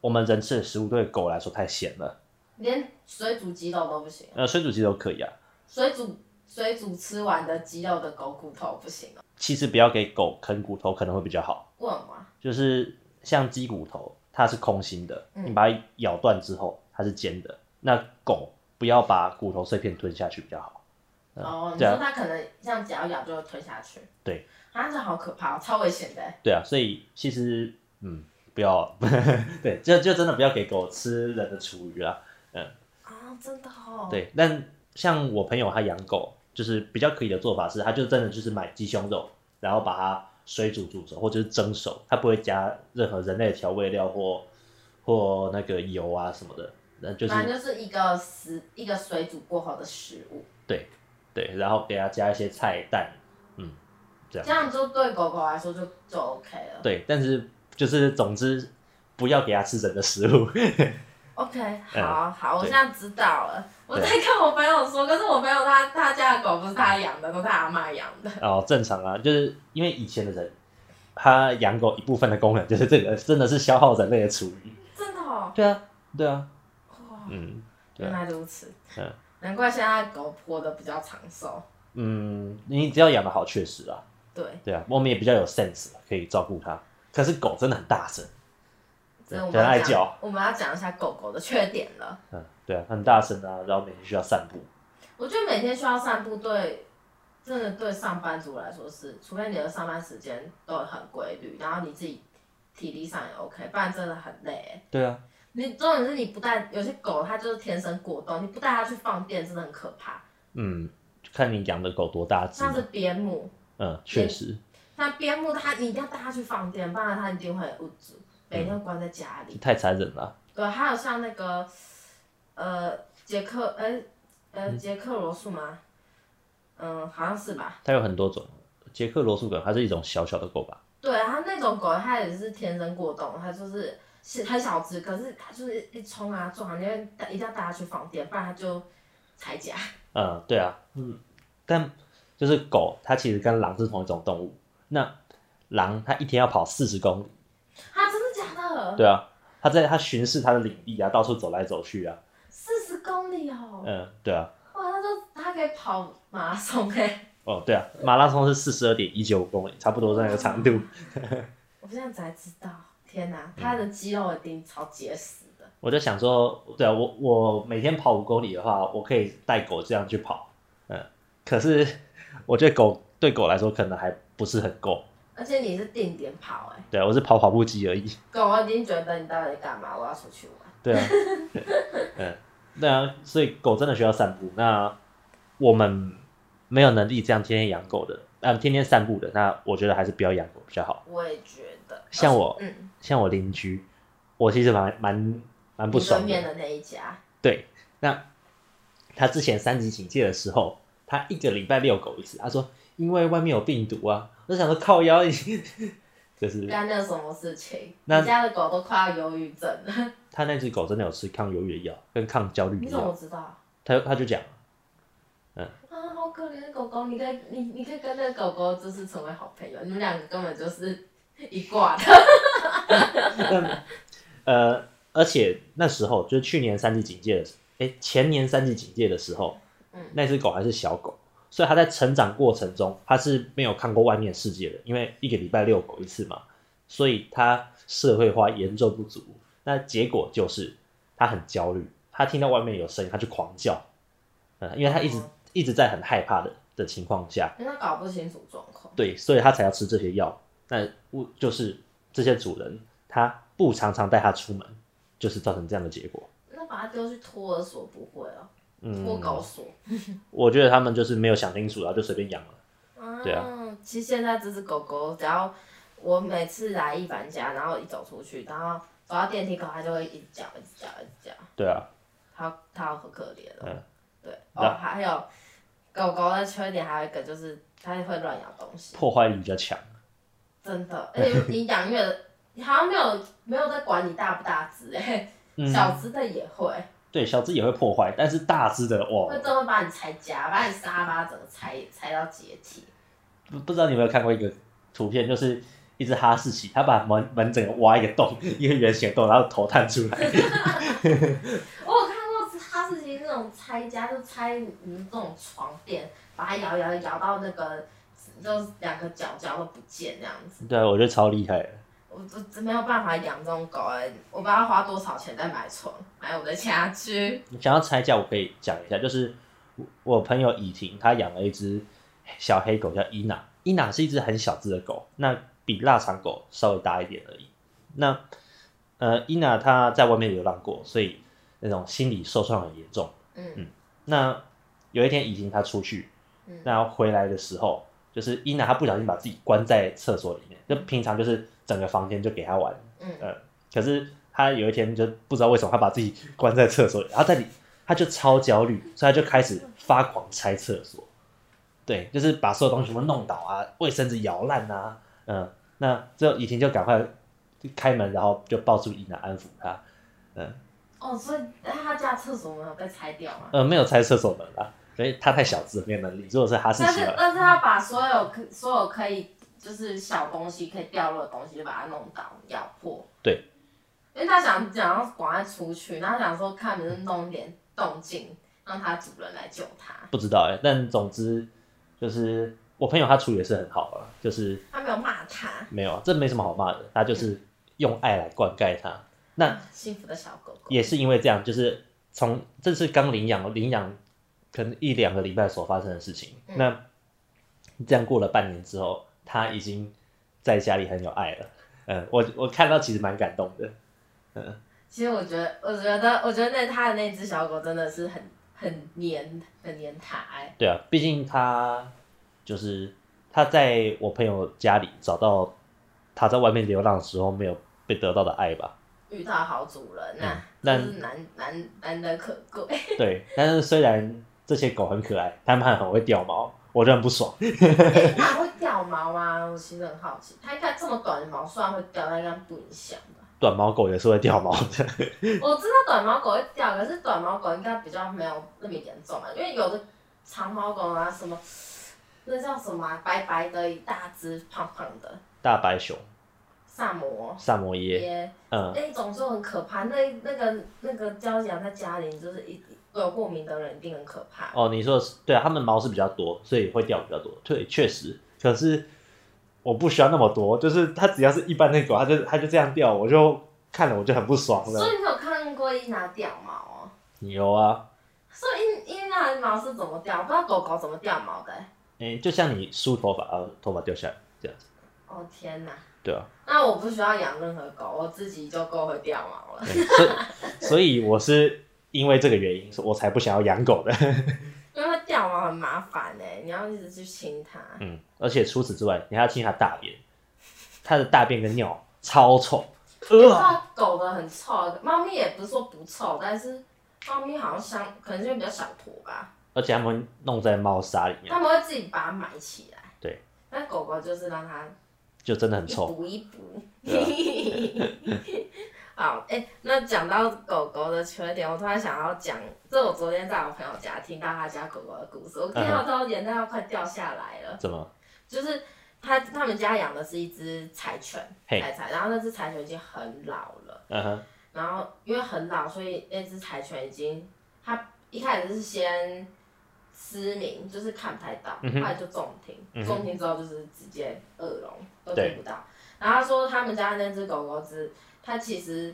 [SPEAKER 1] 我们人吃的食物对狗来说太咸了。
[SPEAKER 2] 连水煮鸡肉都不行。
[SPEAKER 1] 呃，水煮其实都可以啊，
[SPEAKER 2] 水煮水煮吃完的鸡肉的狗骨头不行哦，
[SPEAKER 1] 其实不要给狗啃骨头可能会比较好。
[SPEAKER 2] 问嘛，
[SPEAKER 1] 就是像鸡骨头，它是空心的，
[SPEAKER 2] 嗯
[SPEAKER 1] 你把它咬断之后，它是尖的。那狗不要把骨头碎片吞下去比较好。嗯
[SPEAKER 2] 哦，你
[SPEAKER 1] 对
[SPEAKER 2] 说
[SPEAKER 1] 啊，
[SPEAKER 2] 它可能这样咬一咬就会吞下去，
[SPEAKER 1] 对，
[SPEAKER 2] 啊，这好可怕、哦，超危险的。
[SPEAKER 1] 对啊，所以其实嗯，不要， (laughs) 对，就就真的不要给狗吃人的厨余啊。
[SPEAKER 2] 啊，真的哦，，
[SPEAKER 1] 对，但像我朋友他养狗，就是比较可以的做法是，他就真的就是买鸡胸肉，然后把它水煮煮熟或者是蒸熟，他不会加任何人类的调味料或或那个油啊什么的，那就是
[SPEAKER 2] 反正就是一个食一个水煮过后的食物，
[SPEAKER 1] 对对，然后给它加一些菜蛋，嗯，这
[SPEAKER 2] 这
[SPEAKER 1] 样
[SPEAKER 2] 样就对狗狗来说就就 OK 了。
[SPEAKER 1] 对，但是就是总之不要给它吃人的食物，
[SPEAKER 2] OK，好、
[SPEAKER 1] 嗯
[SPEAKER 2] 好，我
[SPEAKER 1] 对
[SPEAKER 2] 现在知道了。我
[SPEAKER 1] 对
[SPEAKER 2] 在跟我朋友说，可是我朋友他他家的狗不是他养的，都是他阿妈养的。
[SPEAKER 1] 哦，正常啊，就是因为以前的人他养狗一部分的功能就是这个，真的是消耗人类的厨余，
[SPEAKER 2] (laughs) 真的哦，
[SPEAKER 1] 对啊，对啊，
[SPEAKER 2] 哇，
[SPEAKER 1] 嗯对
[SPEAKER 2] 原来如此，
[SPEAKER 1] 嗯
[SPEAKER 2] 难怪现在狗活得比较长寿。
[SPEAKER 1] 嗯，你只要养的好，确实啊，
[SPEAKER 2] 对，
[SPEAKER 1] 对啊，我们也比较有 sense，可啊以照顾它。可是狗真的很大声，对
[SPEAKER 2] 所以我们
[SPEAKER 1] 很爱
[SPEAKER 2] 要讲
[SPEAKER 1] 叫，
[SPEAKER 2] 我们要讲一下狗狗的缺点了。
[SPEAKER 1] 嗯，对啊，很大声啊，然后每天需要散步，
[SPEAKER 2] 我觉得每天需要散步对，真的对上班族来说是，除非你的上班时间都很规律，然后你自己体力上也 OK，不然真的很累欸。
[SPEAKER 1] 对啊，
[SPEAKER 2] 你重点是你不带有些狗，它就是天生过动，你不带它去放电真的很可怕。
[SPEAKER 1] 嗯，看你养的狗多大只
[SPEAKER 2] 像
[SPEAKER 1] 嘛，
[SPEAKER 2] 是边牧，
[SPEAKER 1] 嗯，确实，
[SPEAKER 2] 那边牧它你一定要带它去放电，不然它一定会无助，每天关在家里。
[SPEAKER 1] 太残忍了，
[SPEAKER 2] 对，呃还有像那个，呃，杰克，哎、呃，杰克罗素吗？嗯，好像是吧。
[SPEAKER 1] 它有很多种。捷克罗素狗，它是一种小小的狗吧？
[SPEAKER 2] 对，它那种狗，它也是天生过动，它就是是很小只，可是它就是一冲啊撞啊，你要带一定要带它去放电，不然它就拆家。 (laughs)
[SPEAKER 1] 嗯，对啊，嗯，但就是狗，它其实跟狼是同一种动物。那狼它一天要跑四十公里，
[SPEAKER 2] 啊，真的假的？
[SPEAKER 1] 对啊，它在它巡视它的领地啊，到处走来走去啊，
[SPEAKER 2] 四十公里哦！
[SPEAKER 1] 嗯，对啊，
[SPEAKER 2] 哇，它就它可以跑马拉松哎、
[SPEAKER 1] 哦，对啊，马拉松是四十二点一九公里，差不多这样一个长度。
[SPEAKER 2] (laughs) 我现在才知道，天哪，它的肌肉一定超结实的。
[SPEAKER 1] 我就想说，对啊，我我每天跑五公里的话，我可以带狗这样去跑，嗯，可是 (laughs) 我觉得狗对狗来说可能还不是很够，
[SPEAKER 2] 而且你是定点跑哎、
[SPEAKER 1] 对啊，我是跑跑步机而已，
[SPEAKER 2] 狗已经觉得你到底干嘛？我要出去玩。
[SPEAKER 1] 对啊，嗯，对啊，所以狗真的需要散步。那我们没有能力这样天天养狗的，嗯、天天散步的，那我觉得还是不要养狗比较好。
[SPEAKER 2] 我也觉得，
[SPEAKER 1] 像我
[SPEAKER 2] 嗯，
[SPEAKER 1] 像我邻居，我其实蛮蛮蛮不爽
[SPEAKER 2] 你对面
[SPEAKER 1] 的。
[SPEAKER 2] 的那一家，
[SPEAKER 1] 对，那他之前三级警戒的时候，他一个礼拜遛狗一次。他说因为外面有病毒啊，我就想说靠腰，就是
[SPEAKER 2] 干那什么事情？
[SPEAKER 1] 那
[SPEAKER 2] 你家的狗都快要忧郁症了，
[SPEAKER 1] 他那只狗真的有吃抗忧郁的药跟抗焦虑
[SPEAKER 2] 你
[SPEAKER 1] 的
[SPEAKER 2] 怎么
[SPEAKER 1] 药，
[SPEAKER 2] 知道？啊，
[SPEAKER 1] 他他就讲。
[SPEAKER 2] 好可怜的狗狗，你可以，你你可以跟那个狗狗就是成为好朋友，你们两个根本就是 (laughs) 一挂的。 (laughs)
[SPEAKER 1] 呃，而且那时候就是去年三级警戒的时候，哎，前年三级警戒的时候，
[SPEAKER 2] 嗯
[SPEAKER 1] 那只狗还是小狗，所以它在成长过程中，它是没有看过外面世界的，因为一个礼拜遛狗一次嘛，所以它社会化严重不足。那结果就是它很焦虑，它听到外面有声音，它就狂叫，嗯，因为它一直、
[SPEAKER 2] 哦
[SPEAKER 1] 一直在很害怕的的情况下，
[SPEAKER 2] 因为它搞不清楚状况。
[SPEAKER 1] 对，所以他才要吃这些药。那我就是这些主人他不常常带他出门，就是造成这样的结果。
[SPEAKER 2] 那把它丢去托儿所不会哦，托
[SPEAKER 1] 嗯，
[SPEAKER 2] 狗所。
[SPEAKER 1] 我觉得他们就是没有想清楚，然后就随便养了。对啊
[SPEAKER 2] 嗯，其实现在这只狗狗，只要我每次来一凡家，然后一走出去，然后走到电梯口，它就会一直叫，一直叫，一直叫。
[SPEAKER 1] 对啊，
[SPEAKER 2] 它它很可怜哦。
[SPEAKER 1] 嗯
[SPEAKER 2] 对
[SPEAKER 1] 那
[SPEAKER 2] 哦，还有狗狗的缺点还有一个就是它会乱咬东西，
[SPEAKER 1] 破坏力比较强。(laughs)
[SPEAKER 2] 真的。而且你养越好像没有没有在管你大不大只哎、
[SPEAKER 1] 嗯，
[SPEAKER 2] 小只的也会，
[SPEAKER 1] 对，小只也会破坏，但是大只的
[SPEAKER 2] 会
[SPEAKER 1] 哇，
[SPEAKER 2] 真的把你拆家，把你沙发整个拆拆到解体。
[SPEAKER 1] 不不知道你有没有看过一个图片，就是一只哈士奇，它把门门整个挖一个洞， (laughs) 一个圆形的洞，然后头探出来。 (laughs)
[SPEAKER 2] 我有看过哈士奇那种拆家，就拆你这种床垫，把它摇摇摇到那个，就是两个脚脚都不见那样子。
[SPEAKER 1] 对啊，我觉得超厉害的。
[SPEAKER 2] 我我真没有办法养这种狗哎、我不知道花多少钱再买床，买我的家具。
[SPEAKER 1] 想要拆家，我可以讲一下，就是我我朋友以婷，她养了一只小黑狗叫伊娜，伊娜是一只很小只的狗，那比腊肠狗稍微大一点而已。那呃，伊娜她在外面流浪过，所以那种心理受创很严重。
[SPEAKER 2] 嗯
[SPEAKER 1] 那有一天，以婷她出去，
[SPEAKER 2] 嗯
[SPEAKER 1] 那回来的时候，就是伊娜她不小心把自己关在厕所里面，就平常就是整个房间就给她玩，
[SPEAKER 2] 嗯，
[SPEAKER 1] 呃，可是他有一天就不知道为什么，他把自己关在厕所里，然后在里他就超焦虑，所以他就开始发狂拆厕所，对，就是把所有东西全部弄倒啊，卫生纸摇烂啊，嗯、那最后雨婷就赶快就开门，然后就抱住伊娜安抚她，嗯、
[SPEAKER 2] 哦，所以那他家厕所没有被拆掉吗？
[SPEAKER 1] 呃，没有拆厕所门啊，所以他太小只了，没有能力。如果是哈士
[SPEAKER 2] 但
[SPEAKER 1] 奇
[SPEAKER 2] 是
[SPEAKER 1] 的 (laughs) 话，
[SPEAKER 2] 但是他把所有可所有可以就是小东西可以掉落的东西就把它弄倒咬破。
[SPEAKER 1] 对。
[SPEAKER 2] 因为他想想要赶快出去，然后想说看能不能弄一点动静，让他主人来救他。
[SPEAKER 1] 欸不知道哎、但总之就是我朋友他处理的是很好啊，就是
[SPEAKER 2] 他没有骂他，
[SPEAKER 1] 没有，啊这没什么好骂的，他就是用爱来灌溉它。那
[SPEAKER 2] 幸福的小狗狗，
[SPEAKER 1] 也是因为这样，就是从这次刚领养，领养可能一两个礼拜所发生的事情。
[SPEAKER 2] 嗯
[SPEAKER 1] 那这样过了半年之后，他已经在家里很有爱了。嗯，我我看到其实蛮感动的。
[SPEAKER 2] 其实我觉得，我觉得，我觉得那他的那只小狗真的是很很黏，很黏他、哎，
[SPEAKER 1] 对啊，毕竟他就是他在我朋友家里找到他在外面流浪的时候没有被得到的爱吧。
[SPEAKER 2] 遇到好主人
[SPEAKER 1] 嗯
[SPEAKER 2] 呐、
[SPEAKER 1] 那
[SPEAKER 2] 真是难难难能可贵。
[SPEAKER 1] 对，但是虽然这些狗很可爱，它们很会掉毛，我就很不爽。
[SPEAKER 2] 它会掉毛吗？我其实很好奇，它应该这么短的毛，虽然会掉，但应该不影响吧？
[SPEAKER 1] 短毛狗也是会掉毛的。
[SPEAKER 2] 我知道短毛狗会掉，可是短毛狗应该比较没有那么严重啊，因为有的长毛狗啊，什么那叫什么啊、白白的一大只胖胖的
[SPEAKER 1] 大白熊、
[SPEAKER 2] 萨摩
[SPEAKER 1] 萨摩耶，
[SPEAKER 2] 耶，
[SPEAKER 1] 嗯，
[SPEAKER 2] 那一种就很可怕。那那个那个娇养在家里，就是一有过敏的人一定很可怕。
[SPEAKER 1] 哦，你说的是对啊，它们毛是比较多，所以会掉比较多。对，确实，可是我不需要那么多，就是它只要是一般的狗，它就它就这样掉，我就看了我就很不爽
[SPEAKER 2] 所
[SPEAKER 1] 了。
[SPEAKER 2] 以你有看过伊娜掉毛哦？
[SPEAKER 1] 有啊，
[SPEAKER 2] 所以伊伊娜的毛是怎么掉？我不知道狗狗怎么掉毛的欸、
[SPEAKER 1] 诶，就像你梳头发，啊，头发掉下来这样子，
[SPEAKER 2] 哦天哪！
[SPEAKER 1] 对 (laughs) 啊，
[SPEAKER 2] 那我不需要养任何狗，我自己就够会掉毛了。
[SPEAKER 1] 诶所以所以我是因为这个原因，所以我才不想要养狗的。
[SPEAKER 2] 因为它掉毛很麻烦哎、你要一直去亲它。
[SPEAKER 1] (laughs) 嗯，而且除此之外，你还要清它大便，它的大便跟尿超臭，
[SPEAKER 2] 你知
[SPEAKER 1] 呃，
[SPEAKER 2] 道狗的很臭，猫咪也不是说不臭，但是猫咪好像香，可能是因为比较小坨吧，
[SPEAKER 1] 而且它们弄在猫砂里面。
[SPEAKER 2] 它们会自己把它埋起来。
[SPEAKER 1] 嗯对。哦
[SPEAKER 2] 但狗狗就是让它
[SPEAKER 1] 就真的很
[SPEAKER 2] 一
[SPEAKER 1] 臭。
[SPEAKER 2] 补一补。 (laughs) 好，哎、那讲到狗狗的缺点，我突然想要讲，这我昨天在我朋友家听到他家狗狗的故事，我听到都眼泪要快掉下来了。
[SPEAKER 1] 怎么？
[SPEAKER 2] 就是他他们家养的是一只柴犬，
[SPEAKER 1] 嘿
[SPEAKER 2] 柴柴，然后那只柴犬已经很老了，
[SPEAKER 1] 嗯哼，
[SPEAKER 2] 然后因为很老，所以那只柴犬已经，它一开始是先失明，就是看不太到，
[SPEAKER 1] 嗯哼
[SPEAKER 2] 后来就重听，
[SPEAKER 1] 嗯哼
[SPEAKER 2] 重听之后就是直接耳聋，都
[SPEAKER 1] 对
[SPEAKER 2] 听不到。然后他说他们家那只狗狗只，它其实。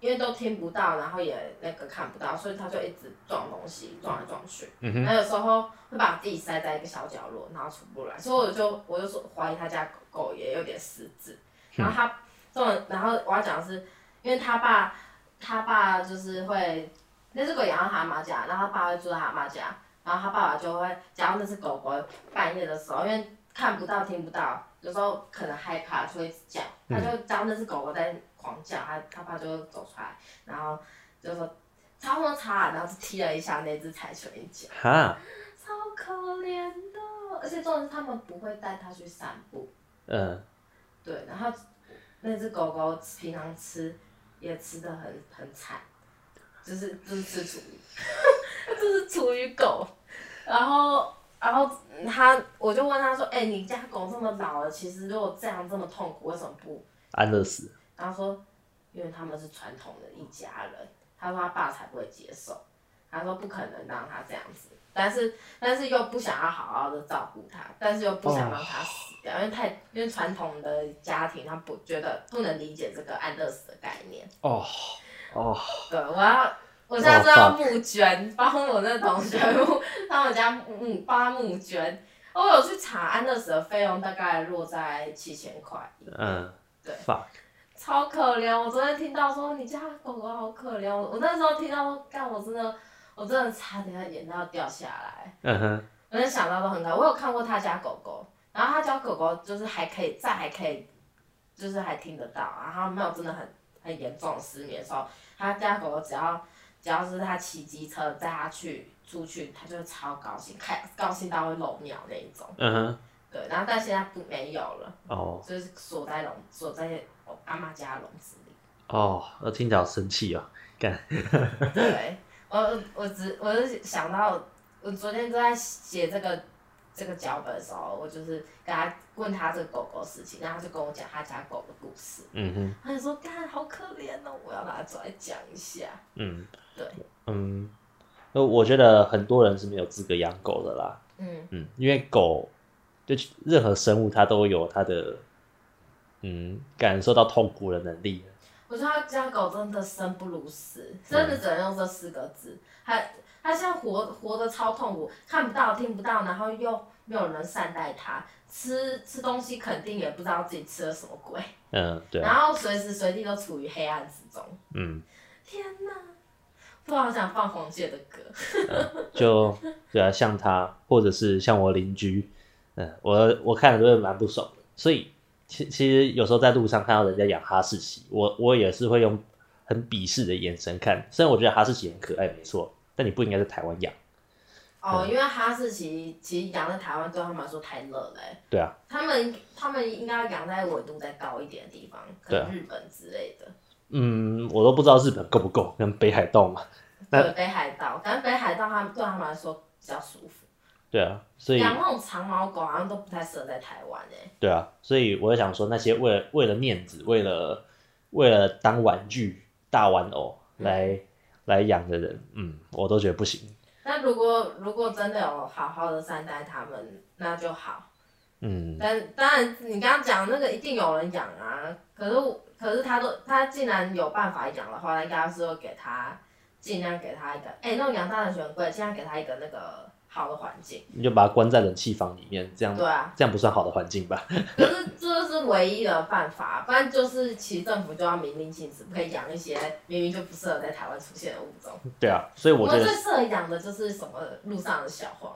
[SPEAKER 2] 因为都听不到，然后也那个看不到，所以它就一直撞东西，撞来撞去。
[SPEAKER 1] 嗯哼，
[SPEAKER 2] 然后有时候会把自己塞在一个小角落，然后出不来，所以我就我就说怀疑他家狗狗也有点失智。然后他这种，然后我要讲的是，因为他爸他爸就是会那只狗养到他妈家，然后他爸会住在他妈家，然后他爸爸就会，假如那只狗狗半夜的时候，因为看不到听不到，有时候可能害怕就会一直叫，他就当那只狗狗在狂叫，他他爸就会走出来，然后就说。吵什么吵啊？然后就踢了一下那只柴犬一脚。
[SPEAKER 1] 哈，
[SPEAKER 2] 超可怜的。而且重点是他们不会带它去散步，
[SPEAKER 1] 嗯，
[SPEAKER 2] 对，然后那只狗狗平常吃也吃的很很惨，就是就是吃厨余， (laughs) 就是厨余狗，然后。然后嗯他，我就问他说：“哎、你家狗这么老了，其实如果这样这么痛苦，为什么不
[SPEAKER 1] 安乐死。？”
[SPEAKER 2] 然后说：“因为他们是传统的一家人。”他说他爸才不会接受，他说不可能让他这样子，但是但是又不想要好好的照顾他，但是又不想让他死掉，因为太因为传统的家庭他不觉得不能理解这个安乐死的概念。
[SPEAKER 1] 哦哦，
[SPEAKER 2] 对，我要我下次要募捐，帮我那同学募，他们家募帮他募捐。 (laughs) 我有去查安乐死的费用，大概落在七千块，
[SPEAKER 1] 嗯，
[SPEAKER 2] 对
[SPEAKER 1] ，fuck，
[SPEAKER 2] 超可怜。我昨天听到说你家狗狗好可怜，我我那时候听到说，干我真的我真的差点要眼泪要掉下来。
[SPEAKER 1] 嗯哼，
[SPEAKER 2] 我能想到都很可爱。我有看过他家狗狗，然后他家狗狗就是还可以，再还可以，就是还听得到，然后没有真的很很严重失眠的时候，他家狗狗只要只要是他骑机车带他去出去，他就会超高兴，开高兴到会漏尿那一种。
[SPEAKER 1] 嗯哼，
[SPEAKER 2] 对，然后但现在不没有了，
[SPEAKER 1] 哦
[SPEAKER 2] 就是锁在笼锁在我阿妈家笼子里。
[SPEAKER 1] 哦，我听起来好生气哦。
[SPEAKER 2] 对，我我只我是想到，我昨天就在写这个这个脚本的时候，我就是跟他问他这个狗狗的事情，然后他就跟我讲他家狗的故事，
[SPEAKER 1] 嗯哼，
[SPEAKER 2] 他就说：“干，好可怜哦，我要拿出来讲一下。
[SPEAKER 1] 嗯，
[SPEAKER 2] 对，
[SPEAKER 1] 嗯，呃我觉得很多人是没有资格养狗的啦。”
[SPEAKER 2] 嗯，
[SPEAKER 1] 嗯，因为狗就任何生物它都有它的，嗯，感受到痛苦的能力。
[SPEAKER 2] 我觉得他家狗真的生不如死，真的只能用这四个字。还它现在活活得超痛苦，看不到、听不到，然后又没有人善待它，吃吃东西肯定也不知道自己吃了什么鬼，
[SPEAKER 1] 嗯，对，
[SPEAKER 2] 然后随时随地都处于黑暗之中。
[SPEAKER 1] 嗯，
[SPEAKER 2] 天哪！我好想放黄姐的歌，
[SPEAKER 1] 就对啊，像他或者是像我邻居，嗯，我我看了都会蛮不爽的。所以其其实有时候在路上看到人家养哈士奇，我我也是会用很鄙视的眼神看。虽然我觉得哈士奇很可爱，没错，但你不应该在台湾养。
[SPEAKER 2] 哦，
[SPEAKER 1] 嗯
[SPEAKER 2] 因为哈士奇其实养在台湾对他们来说太热了欸、
[SPEAKER 1] 对啊，
[SPEAKER 2] 他们他们应该养在纬度再高一点的地方，可
[SPEAKER 1] 对啊
[SPEAKER 2] 能日本之类的，
[SPEAKER 1] 嗯，我都不知道日本够不够跟北海道嘛。那
[SPEAKER 2] 对北海道，感觉北海道他们对他们来说比较舒服。
[SPEAKER 1] 对啊，所以
[SPEAKER 2] 养那种长毛狗好像都不太适合在台湾诶、欸
[SPEAKER 1] 对啊，所以我也想说，那些为了为了面子，为了为了当玩具大玩偶来、来养的人，嗯，我都觉得不行。
[SPEAKER 2] 那如果如果真的有好好的善待他们，那就好。
[SPEAKER 1] 嗯，
[SPEAKER 2] 但当然，你刚刚讲那个一定有人养啊。可是我可是他都他既然有办法养的话，那应该是会给他尽量给他一个，哎、那种养大的犬很贵，尽量给他一个那个好的环境。
[SPEAKER 1] 你就把它关在冷气房里面，这样
[SPEAKER 2] 对啊，
[SPEAKER 1] 这样不算好的环境吧？ (laughs)
[SPEAKER 2] 可是这是唯一的办法，不然就是其实政府就要明令禁止，不可以养一些明明就不适合在台湾出现的物种。
[SPEAKER 1] 对啊，所以
[SPEAKER 2] 我
[SPEAKER 1] 我觉
[SPEAKER 2] 们
[SPEAKER 1] 得
[SPEAKER 2] 最，适合养的就是什么路上的小黄，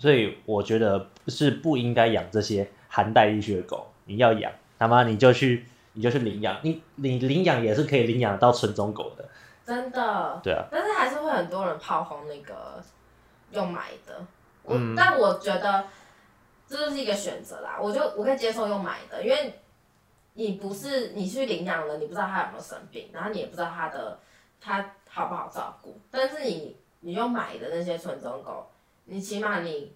[SPEAKER 1] 所以我觉得是不应该养这些寒带地区的狗。你要养，他妈你就去你就去领养，你你领养也是可以领养到纯种狗的。
[SPEAKER 2] 真的。
[SPEAKER 1] 对啊，
[SPEAKER 2] 但是还是会很多人炮轰那个用买的，我、
[SPEAKER 1] 嗯
[SPEAKER 2] 但我觉得这就是一个选择啦。我就我可以接受用买的，因为你不是你去领养了，你不知道它有没有生病，然后你也不知道它的它好不好照顾。但是你你用买的那些纯种狗，你起码你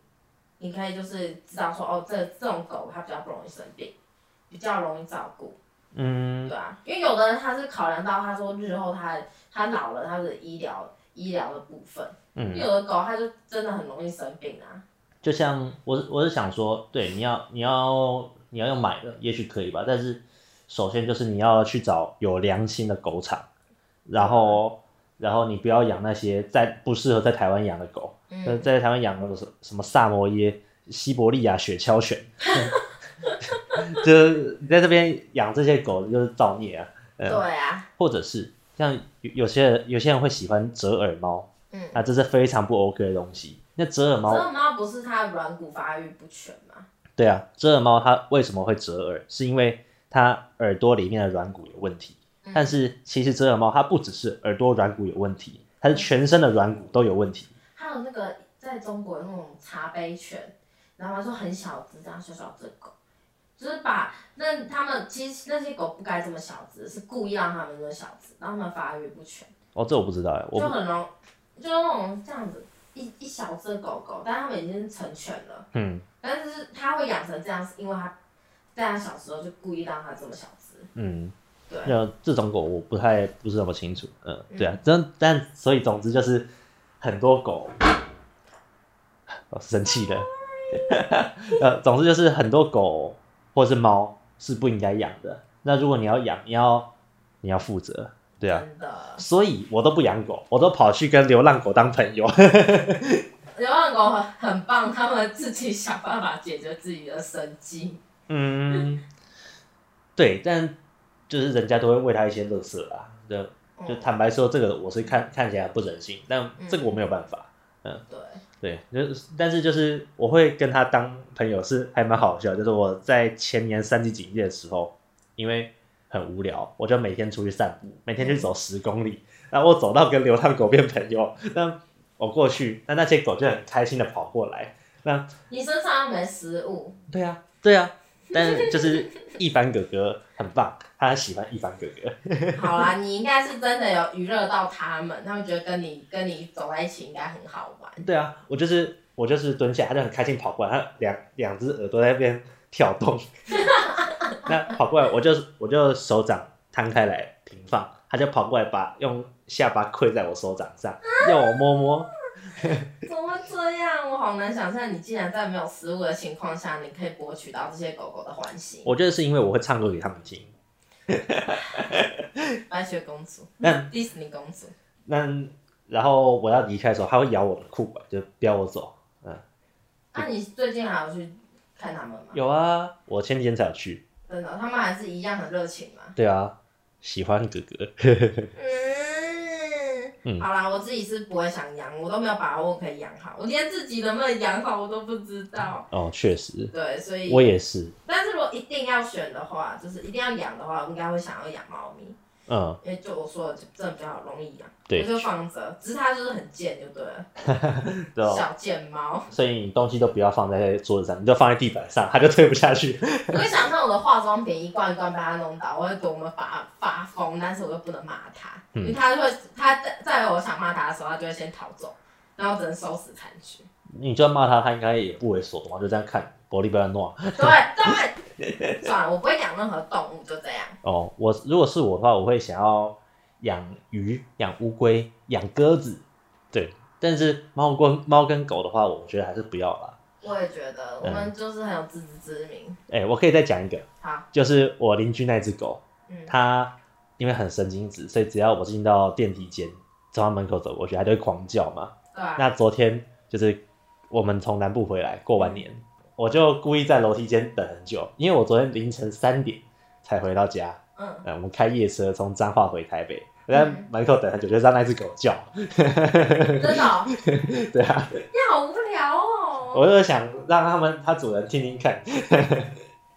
[SPEAKER 2] 你可以就是知道说哦，这这种狗它比较不容易生病，比较容易照顾。
[SPEAKER 1] 嗯，
[SPEAKER 2] 对啊，因为有的人他是考量到他说日后他他老了他的医疗医疗的部分，因
[SPEAKER 1] 嗯
[SPEAKER 2] 为有的狗它就真的很容易生病啊。
[SPEAKER 1] 就像我是我是想说，对，你要你要你要用买的，也许可以吧，但是首先就是你要去找有良心的狗场，然后然后你不要养那些在不适合在台湾养的狗，呃
[SPEAKER 2] 嗯，
[SPEAKER 1] 在台湾养的什什么萨摩耶、西伯利亚雪橇犬， (laughs) 就是你在这边养这些狗就是造孽啊，
[SPEAKER 2] 对啊，
[SPEAKER 1] 或者是像有有些人有些人会喜欢折耳猫
[SPEAKER 2] 嗯，
[SPEAKER 1] 啊，这是非常不 OK 的东西。那折耳猫
[SPEAKER 2] 折耳猫不是它软骨发育不全吗？
[SPEAKER 1] 对啊，折耳猫它为什么会折耳？是因为它耳朵里面的软骨有问题。
[SPEAKER 2] 嗯
[SPEAKER 1] 但是其实折耳猫它不只是耳朵软骨有问题，它是全身的软骨都有问题。
[SPEAKER 2] 还有那个在中国有那种茶杯犬，然后他说很小只，这样小小只的狗，就是把那他们其实那些狗不该这么小只，是故意让他们这么小只，让他们发育不全。
[SPEAKER 1] 哦，这我不知道哎，我
[SPEAKER 2] 就
[SPEAKER 1] 不
[SPEAKER 2] 很容，就那种这样子一一小只的狗狗，但它们已经成犬了，
[SPEAKER 1] 嗯
[SPEAKER 2] 但是它会养成这样，是因为它在它小时候就故意让它这么小只，
[SPEAKER 1] 嗯，
[SPEAKER 2] 对，
[SPEAKER 1] 那这种狗我不太不是那么清楚。嗯，对啊，真但所以总之就是很多狗，我、生气了。 (laughs) 呃，总之就是很多狗或是猫是不应该养的。那如果你要养，你要你要负责，对啊。
[SPEAKER 2] 真的。
[SPEAKER 1] 所以我都不养狗，我都跑去跟流浪狗当朋友。 (laughs)
[SPEAKER 2] 流浪狗很很棒，它们自己想办法解决自己的生计。
[SPEAKER 1] 嗯，对，但就是人家都会喂它一些垃圾啊啦。就
[SPEAKER 2] 嗯
[SPEAKER 1] 就坦白说，这个我是看看起来不忍心，但这个我没有办法。
[SPEAKER 2] 对，
[SPEAKER 1] 对，就是但是就是我会跟它当朋友是还蛮好笑的。就是我在前年三级警戒的时候，因为很无聊，我就每天出去散步，每天去走十公里，然后我走到跟流浪狗变朋友。那我过去，那那些狗就很开心的跑过来。
[SPEAKER 2] 你身上又没食物，
[SPEAKER 1] 对啊，对啊，但是就是一凡哥哥很棒，他很喜欢一凡哥哥。
[SPEAKER 2] 好啦，你应该是真的有娱乐到它们，它们觉得跟你跟你走在一起应该很好玩。
[SPEAKER 1] 对啊，我就是我就是蹲下，他就很开心跑过来，他两两只耳朵在那边跳
[SPEAKER 2] (laughs)
[SPEAKER 1] 动。那跑过来，我就我就手掌摊开来平放，他就跑过来把用下巴跪在我手掌上，要我摸摸。 (laughs)
[SPEAKER 2] 怎么会这样？我好难想象，你竟然在没有食物的情况下，你可以博取到这些狗狗的欢心。
[SPEAKER 1] 我觉得是因为我会唱歌给他们听。
[SPEAKER 2] 白雪公主，
[SPEAKER 1] 那
[SPEAKER 2] 迪士尼公主，
[SPEAKER 1] 那然后我要离开的时候，它会咬我的裤管，就不要我走。
[SPEAKER 2] 那、你最近还有去看他们吗？
[SPEAKER 1] 有啊，我前几天才有去。
[SPEAKER 2] 真的，他们还是一样很热情嘛。
[SPEAKER 1] 对啊，喜欢哥哥。
[SPEAKER 2] 嗯，好啦，我自己是不会想养，我都没有把握可以养好，我连自己能不能养好我都不知道。
[SPEAKER 1] 哦，确实，
[SPEAKER 2] 对，所以
[SPEAKER 1] 我也是。
[SPEAKER 2] 但是如果一定要选的话，就是一定要养的话，我应该会想要养猫咪，
[SPEAKER 1] 嗯，
[SPEAKER 2] 因为就我说的，就真的比较容易养。
[SPEAKER 1] 对
[SPEAKER 2] 我就放着，只是它就是很贱，就对了，
[SPEAKER 1] 对哦。
[SPEAKER 2] 小贱猫。
[SPEAKER 1] 所以你东西都不要放在桌子上，你就放在地板上，它就推不下去。
[SPEAKER 2] 我会想象我的化妆品一罐一罐被它弄倒，我会多么发发疯，但是我又不能骂它，
[SPEAKER 1] 嗯
[SPEAKER 2] 因为它会，它在在我想骂它的时候，它就会先逃走，然后只能收拾残局。
[SPEAKER 1] (laughs) (laughs) 你就骂它，它应该也不为所动，就这样看。玻璃不要弄啊。
[SPEAKER 2] 对对，算了，我不会养任何动物，就这样。
[SPEAKER 1] 哦，我如果是我的话，我会想要养鱼、养乌龟、养鸽子，对。但是猫跟猫跟狗的话，我觉得还是不要啦。
[SPEAKER 2] 我也觉得，我们就是很有自知之明。
[SPEAKER 1] 哎、我可以再讲一个，
[SPEAKER 2] 好，
[SPEAKER 1] 就是我邻居那只狗，
[SPEAKER 2] 嗯，
[SPEAKER 1] 它因为很神经质，所以只要我进到电梯间，从它门口走过去，它就会狂叫嘛。
[SPEAKER 2] 对啊，
[SPEAKER 1] 那昨天就是我们从南部回来，过完年，我就故意在楼梯间等很久，因为我昨天凌晨三点才回到家。
[SPEAKER 2] 嗯，
[SPEAKER 1] 呃，我们开夜车从彰化回台北，我在
[SPEAKER 2] 嗯
[SPEAKER 1] 门口等很久，就让那只狗叫。
[SPEAKER 2] 真的哦，
[SPEAKER 1] (laughs) 对啊，
[SPEAKER 2] 你好无聊哦。
[SPEAKER 1] 我就想让他们它主人听听看。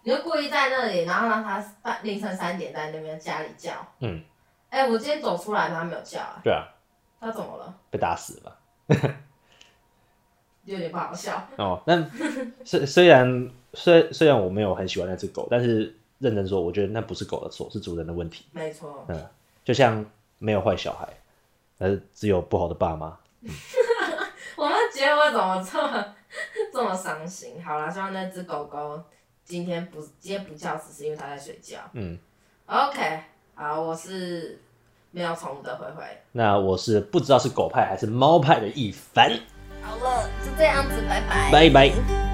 [SPEAKER 2] 你就故意在那里，然后让它半凌晨三点在那边家里叫。
[SPEAKER 1] 嗯，
[SPEAKER 2] 哎、我今天走出来，它没有叫、啊，
[SPEAKER 1] 对啊，
[SPEAKER 2] 它怎么了？
[SPEAKER 1] 被打死了。
[SPEAKER 2] 有点不好笑。
[SPEAKER 1] 哦，那虽虽然虽虽然我没有很喜欢那只狗，但是认真说，我觉得那不是狗的错，是主人的问题。
[SPEAKER 2] 没错，
[SPEAKER 1] 就像没有坏小孩，而只有不好的爸妈。
[SPEAKER 2] 我们结尾怎么这么这么伤心？好啦，希望那只狗狗今天不今天不叫，只是因为它在睡觉。
[SPEAKER 1] 嗯
[SPEAKER 2] ，OK，好，我是没有宠物的灰灰。
[SPEAKER 1] 那我是不知道是狗派还是猫派的一凡，
[SPEAKER 2] 好了，就这样子，拜拜。
[SPEAKER 1] 拜拜。